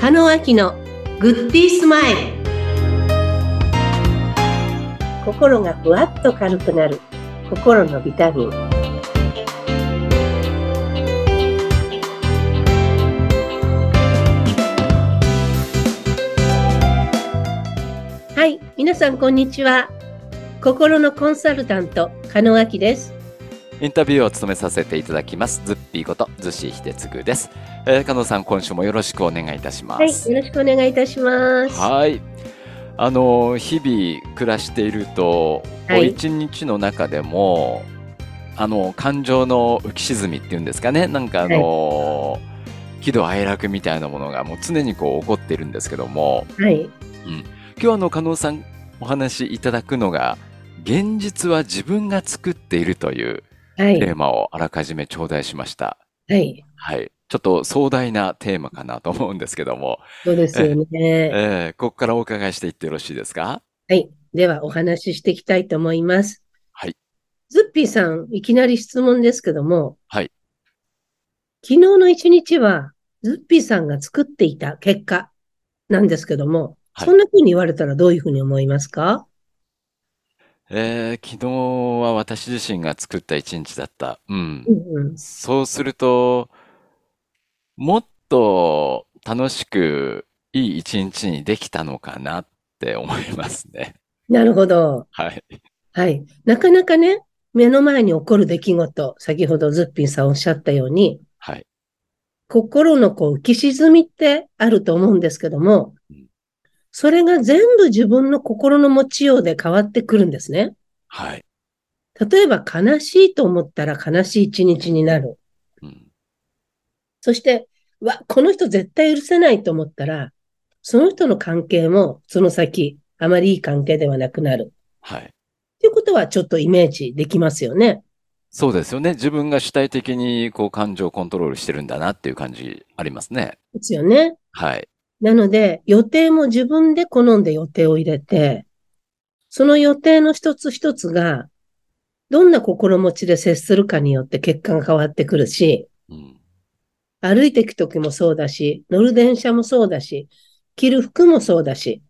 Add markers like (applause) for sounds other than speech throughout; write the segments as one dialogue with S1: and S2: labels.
S1: 中野明のグッディースマイル心がふわっと軽くなる心のビタミンはい皆さんこんにちは心のコンサルタント加納明です
S2: インタビューを務めさせていただきます。ズッピーこと、ズシヒデツグです。えー、加納さん、今週もよろしくお願いいたしま
S1: はい
S2: す。
S1: よろしくお願いいたします
S2: はい。あのー、日々暮らしていると、
S1: はい
S2: こう一日の中でも、あのー、感情の浮き沈みっていうんですかね、なんかあのー、喜怒哀楽みたいなものがもう常にこう起こっているんですけども、
S1: はい
S2: 今日あの、加納さんお話しいただくのが、現実は自分が作っているという
S1: は
S2: テー
S1: い
S2: マをあらかじめ頂戴しました。
S1: はい
S2: はい。ちょっと壮大なテーマかなと思うんですけども、
S1: そうですよね
S2: えーここからお伺いしていってよろしいですか
S1: はいではお話ししていきたいと思います
S2: はい
S1: ズッピーさんいきなり質問ですけども
S2: はい
S1: 昨日の一日はズッピーさんが作っていた結果なんですけども、
S2: はい
S1: そんな風に言われたらどういうふうに思いますか
S2: えー昨日は私自身が作った一日だった。うん
S1: う。んうん
S2: そうすると、もっと楽しくいい一日にできたのかなって思いますね。 (laughs)
S1: なるほど。
S2: はい。
S1: はい。なかなかね、目の前に起こる出来事、先ほどズッピーさんおっしゃったように、
S2: はい。
S1: 心のこう浮き沈みってあると思うんですけども
S2: うん、
S1: それが全部自分の心の持ちようで変わってくるんですね。
S2: はい。
S1: 例えば悲しいと思ったら悲しい一日になる。
S2: うん。
S1: そして、うわ、この人絶対許せないと思ったら、その人の関係もその先、あまりいい関係ではなくなる。
S2: はい。
S1: ということはちょっとイメージできますよね。
S2: そうですよね。自分が主体的にこう感情をコントロールしてるんだなっていう感じありますね。
S1: ですよね。
S2: はい。
S1: なので、予定も自分で好んで予定を入れて、その予定の一つ一つが、どんな心持ちで接するかによって結果が変わってくるし、
S2: うん。
S1: 歩いていく時もそうだし、乗る電車もそうだし、着る服もそうだし、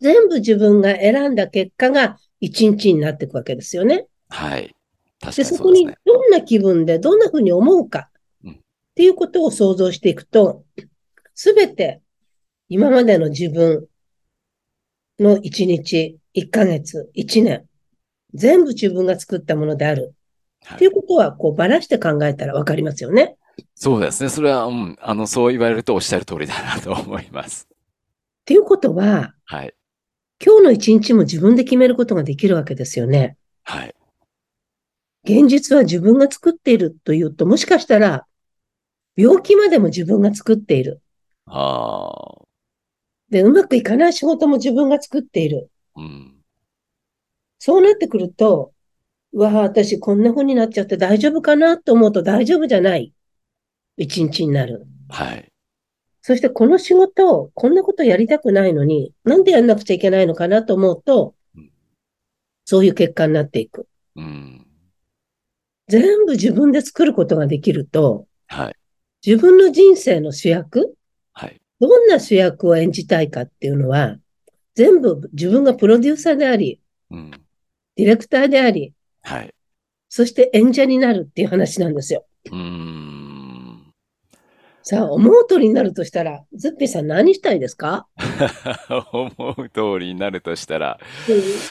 S1: 全部自分が選んだ結果が一日になっていくわけですよね。
S2: はい。確か
S1: で、
S2: に
S1: そ
S2: そ
S1: こ
S2: うです
S1: に
S2: ね。
S1: どんな気分で、どんなふうに思うか
S2: うん
S1: っていうことを想像していくと、すべて今までの自分の1日、1ヶ月、1年、全部自分が作ったものである
S2: はい
S1: っていうことは、こう、ばらして考えたらわかりますよね。
S2: そうですね。それは、うん、あの、そう言われるとおっしゃる通りだなと思います。 (laughs)
S1: っていうことは、
S2: はい。
S1: 今日の1日も自分で決めることができるわけですよね。
S2: はい。
S1: 現実は自分が作っているというと、もしかしたら、病気までも自分が作っている。
S2: ああ、
S1: で、うまくいかない仕事も自分が作っている。
S2: うん。
S1: そうなってくると、うわあ、私こんな風になっちゃって大丈夫かなと思うと大丈夫じゃない一日になる。
S2: はい。
S1: そしてこの仕事、こんなことやりたくないのに、なんでやんなくちゃいけないのかなと思うと
S2: うん、
S1: そういう結果になっていく。
S2: うん。
S1: 全部自分で作ることができると、
S2: はい。
S1: 自分の人生の主役、
S2: はい。
S1: どんな主役を演じたいかっていうのは、全部自分がプロデューサーであり、
S2: うん。
S1: ディレクターであり、
S2: はい。
S1: そして演者になるっていう話なんですよ。
S2: うーん。 (laughs)
S1: さあ、思う通りになるとしたら、ズッピーさん何したいですか、
S2: 思う通りになるとしたら、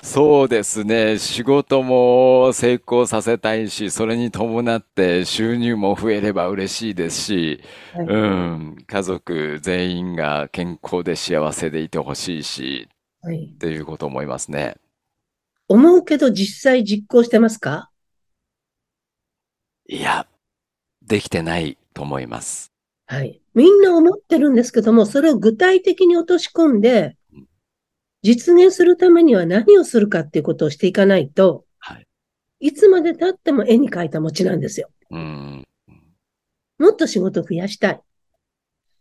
S2: そうですね。仕事も成功させたいし、それに伴って収入も増えれば嬉しいですし、
S1: はい
S2: うん、家族全員が健康で幸せでいてほしいし、
S1: はい
S2: っていうことを思いますね。
S1: 思うけど実際実行してますか
S2: いや、できてないと思います。
S1: はい。みんな思ってるんですけども、それを具体的に落とし込んで
S2: うん、
S1: 実現するためには何をするかっていうことをしていかないと、
S2: はい。
S1: いつまで経っても絵に描いた餅なんですよ。
S2: うん。
S1: もっと仕事を増やしたい。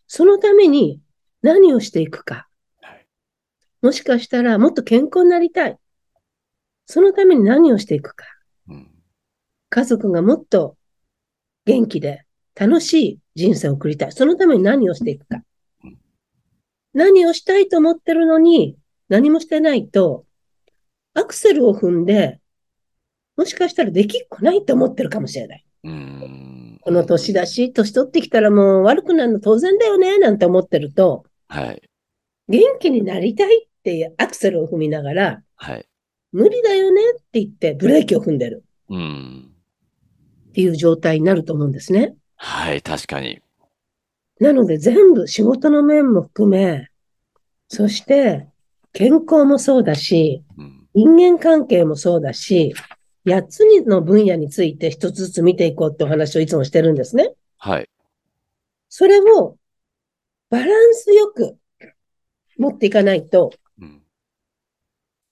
S1: そのために何をしていくか
S2: はい。
S1: もしかしたらもっと健康になりたい。そのために何をしていくか。
S2: うん。
S1: 家族がもっと元気で楽しい人生を送りたい。そのために何をしていくか
S2: うん。
S1: 何をしたいと思ってるのに、何もしてないと、アクセルを踏んで、もしかしたらできっこないと思ってるかもしれない。
S2: うん。
S1: この年だし、年取ってきたらもう悪くなるの当然だよね、なんて思ってると、
S2: はい。
S1: 元気になりたいっていうアクセルを踏みながら、
S2: はい。
S1: 無理だよねって言ってブレーキを踏んでる
S2: うん。
S1: っていう状態になると思うんですね。
S2: はい、確かに。
S1: なので全部仕事の面も含め、そして健康もそうだし、
S2: うん。
S1: 人間関係もそうだし、8つの分野について一つずつ見ていこうってお話をいつもしてるんですね。
S2: はい。
S1: それをバランスよく持っていかないと、
S2: うん。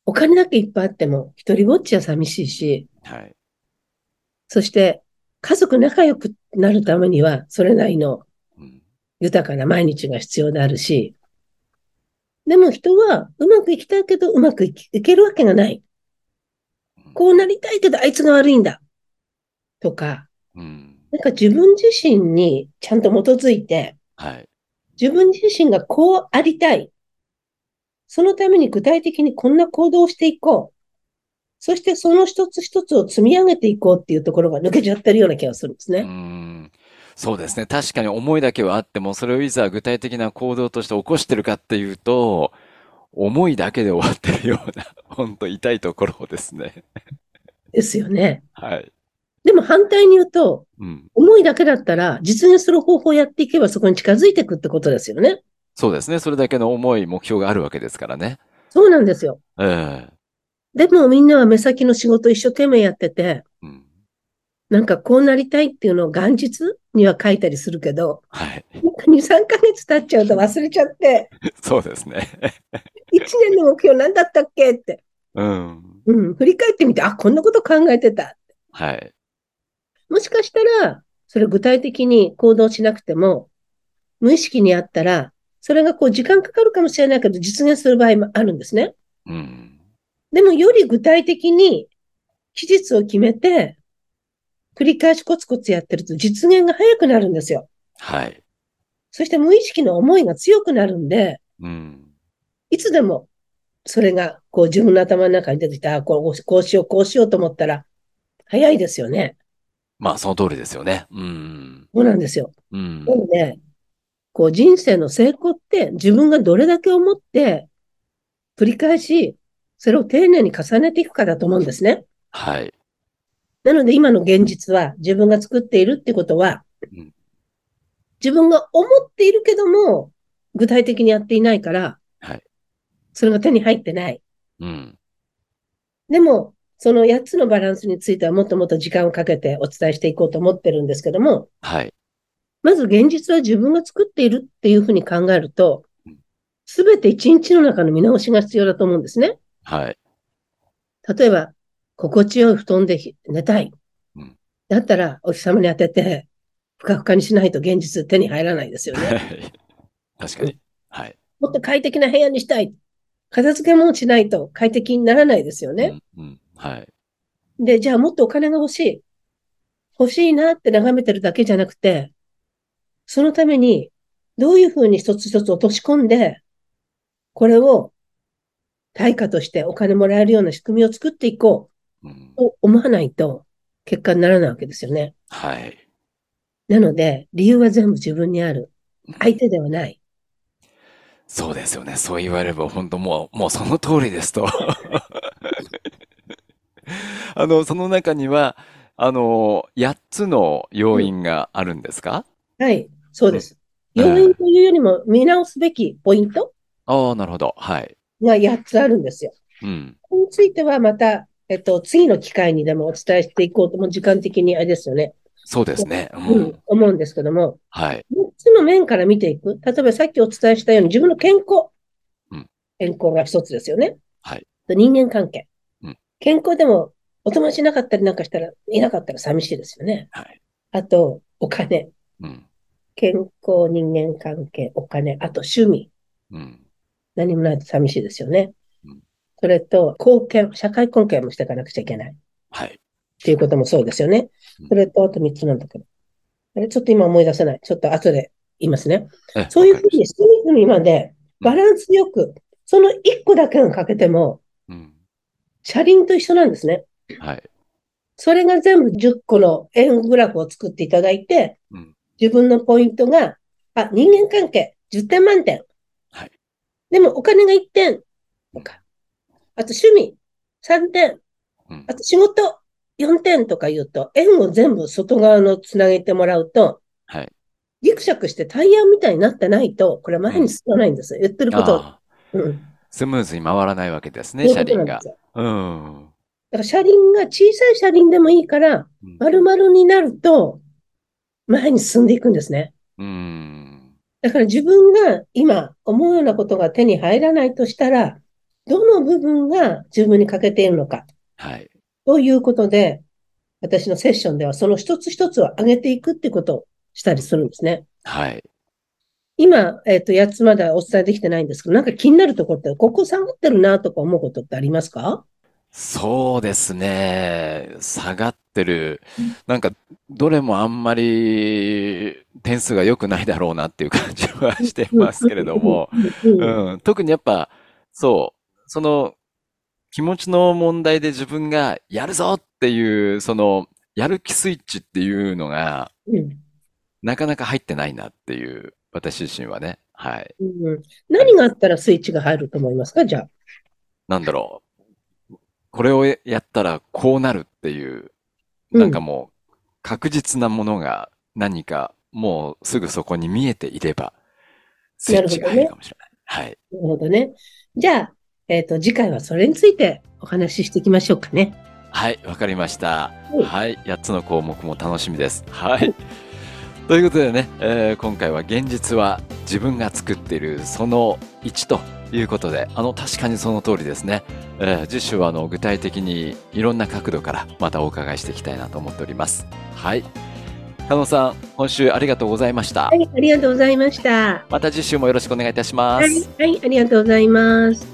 S1: お金だけいっぱいあっても一人ぼっちは寂しいし、
S2: はい。
S1: そして家族仲良くなるためにはそれなりの
S2: うん。
S1: 豊かな毎日が必要であるし、でも人はうまくいきたいけどうまくいきいけるわけがない。こうなりたいけどあいつが悪いんだ。とか、
S2: うん。
S1: なんか自分自身にちゃんと基づいて、
S2: はい。
S1: 自分自身がこうありたい。そのために具体的にこんな行動をしていこう。そしてその一つ一つを積み上げていこうっていうところが抜けちゃってるような気がするんです
S2: う
S1: ね。
S2: ん。そうですね。確かに思いだけはあっても、それをいざ具体的な行動として起こしてるかっていうと、思いだけで終わってるような、 (laughs) ほんと痛いところですね。
S1: ですよね。
S2: はい。
S1: でも反対に言うと、
S2: うん。
S1: 思いだけだったら、実現する方法をやっていけばそこに近づいていくってことですよね。
S2: そうですね。それだけの思い、目標があるわけですからね。
S1: そうなんですよ。
S2: ええ。
S1: でもみんなは目先の仕事一生懸命やってて、
S2: うん。
S1: なんかこうなりたいっていうのを元日には書いたりするけど、
S2: はい。 (laughs)
S1: なんか2、3ヶ月経っちゃうと忘れちゃって、
S2: そうですね。 (laughs)
S1: 1年の目標何だったっけって、
S2: うん。
S1: うん、振り返ってみて、あ、こんなこと考えてた。
S2: はい。
S1: もしかしたら、それ具体的に行動しなくても、無意識にあったら、それがこう時間かかるかもしれないけど、実現する場合もあるんですね。
S2: うん。
S1: でもより具体的に期日を決めて、繰り返しコツコツやってると実現が早くなるんですよ。
S2: はい。
S1: そして無意識の思いが強くなるんで、
S2: うん。
S1: いつでもそれがこう自分の頭の中に出てきた、あこうこうしよう、こうしようと思ったら、早いですよね。
S2: まあ、その通りですよね。うん。
S1: そうなんですよ。
S2: うん
S1: な。ので、こう人生の成功って自分がどれだけ思って、繰り返し、それを丁寧に重ねていくかだと思うんですね。
S2: はい。
S1: なので今の現実は自分が作っているってことは
S2: うん、
S1: 自分が思っているけども、具体的にやっていないから
S2: はい、
S1: それが手に入ってない。
S2: うん。
S1: でも、その8つのバランスについてはもっともっと時間をかけてお伝えしていこうと思ってるんですけども、
S2: はい。
S1: まず現実は自分が作っているっていうふうに考えると
S2: うん、
S1: すべて一日の中の見直しが必要だと思うんですね。
S2: はい。
S1: 例えば、心地よい布団でひ寝たい
S2: うん。
S1: だったら、お日様に当てて、ふかふかにしないと現実手に入らないですよ
S2: (laughs)
S1: ね。
S2: 確かに。はい。
S1: もっと快適な部屋にしたい。片付けもしないと快適にならないですよね。
S2: うん。うん。はい。
S1: で、じゃあもっとお金が欲しい。欲しいなって眺めてるだけじゃなくて、そのために、どういうふうに一つ一つ落とし込んで、これを対価としてお金もらえるような仕組みを作っていこ
S2: うん
S1: う。と思わないと、結果にならないわけですよね。
S2: はい。
S1: なので、理由は全部自分にある。相手ではない。
S2: そうですよね。そう言われれば、本当もう、もうその通りですと。 (laughs) あの、その中には、あの、8つの要因があるんですか
S1: はい、そうです。
S2: うん
S1: 要因というよりも見直すべきポイント
S2: ああ、なるほど。はい。
S1: が8つあるんですよ。
S2: うん。
S1: これについてはまた、えっと、次の機会にでもお伝えしていこうと、もう時間的にあれですよね。
S2: そうですね。う
S1: うんん。、思うんですけども、
S2: はい。
S1: 3つの面から見ていく。例えばさっきお伝えしたように自分の健康
S2: うん。
S1: 健康が一つですよね。
S2: はい。
S1: 人間関係
S2: うん。
S1: 健康でもお友達いなかったりなんかしたら、いなかったら寂しいですよね。
S2: はい。
S1: あと、お金。
S2: うん。
S1: 健康、人間関係、お金、あと趣味。
S2: うん。
S1: 何もないと寂しいですよね
S2: うん。
S1: それと、貢献、社会貢献もしていかなくちゃいけないっ
S2: はい。
S1: ていうこともそうですよね
S2: うん。
S1: それと、あと3つなんだけど。あれ、ちょっと今思い出せない。ちょっと後で言いますね。
S2: え、
S1: そういう
S2: わ
S1: ふ
S2: か
S1: う
S2: りまし
S1: に隅々までバランスよく、その一個だけが欠けても、
S2: うん。
S1: 車輪と一緒なんですね。
S2: はい。
S1: それが全部10個の円グラフを作っていただいて、
S2: うん
S1: 自分のポイントが、あ、人間関係、10点満点。
S2: はい
S1: でもお金が1点とか、あと趣味、3点、
S2: うん
S1: あと仕事、4点とか言うと、円を全部外側のつなげてもらうと、
S2: はい
S1: ギクシャクしてタイヤみたいになってないと、これ前に進まないんですよ。言ってること。
S2: ああ、
S1: うん。
S2: スムーズに回らないわけですね、
S1: そういう
S2: 車
S1: ことな
S2: 輪
S1: んで
S2: が。
S1: すよ。
S2: うん。
S1: だから車輪が小さい車輪でもいいから、
S2: うん
S1: 丸々になると、前に進んでいくんですね。
S2: うん。
S1: だから自分が今思うようなことが手に入らないとしたら、どの部分が自分に欠けているのか、
S2: はい。
S1: ということで、私のセッションではその一つ一つを上げていくってことをしたりするんですね。
S2: はい。
S1: 今、えっ、と、8つまだお伝えできてないんですけど、なんか気になるところって、ここ下がってるなとか思うことってありますか
S2: そうですね。下がってる。なんか、どれもあんまり点数が良くないだろうなっていう感じはしてますけれども。
S1: うん
S2: うん、特にやっぱ、そう、その気持ちの問題で自分がやるぞっていう、そのやる気スイッチっていうのが
S1: うん
S2: なかなか入ってないなっていう、私自身はね。はい。
S1: うん何があったらスイッチが入ると思いますかじゃあ。
S2: なんだろう。これをやったらこうなるっていう、なんかもう確実なものが何かもうすぐそこに見えていれば、スイッチが入るかもしれない。はい。
S1: なるほどね。じゃあ、えっ、と、次回はそれについてお話ししていきましょうかね。
S2: はい、わかりました。
S1: うん
S2: はい、8つの項目も楽しみです。はい。ということでね、えー今回は現実は自分が作っているその1ということで、あの、確かにその通りですね。えー次週はあの具体的にいろんな角度からまたお伺いしていきたいなと思っております。はい。加納さん、今週ありがとうございました
S1: は。い、ありがとうございました。
S2: また次週もよろしくお願いいたしま
S1: はい
S2: す。、
S1: はい、ありがとうございます。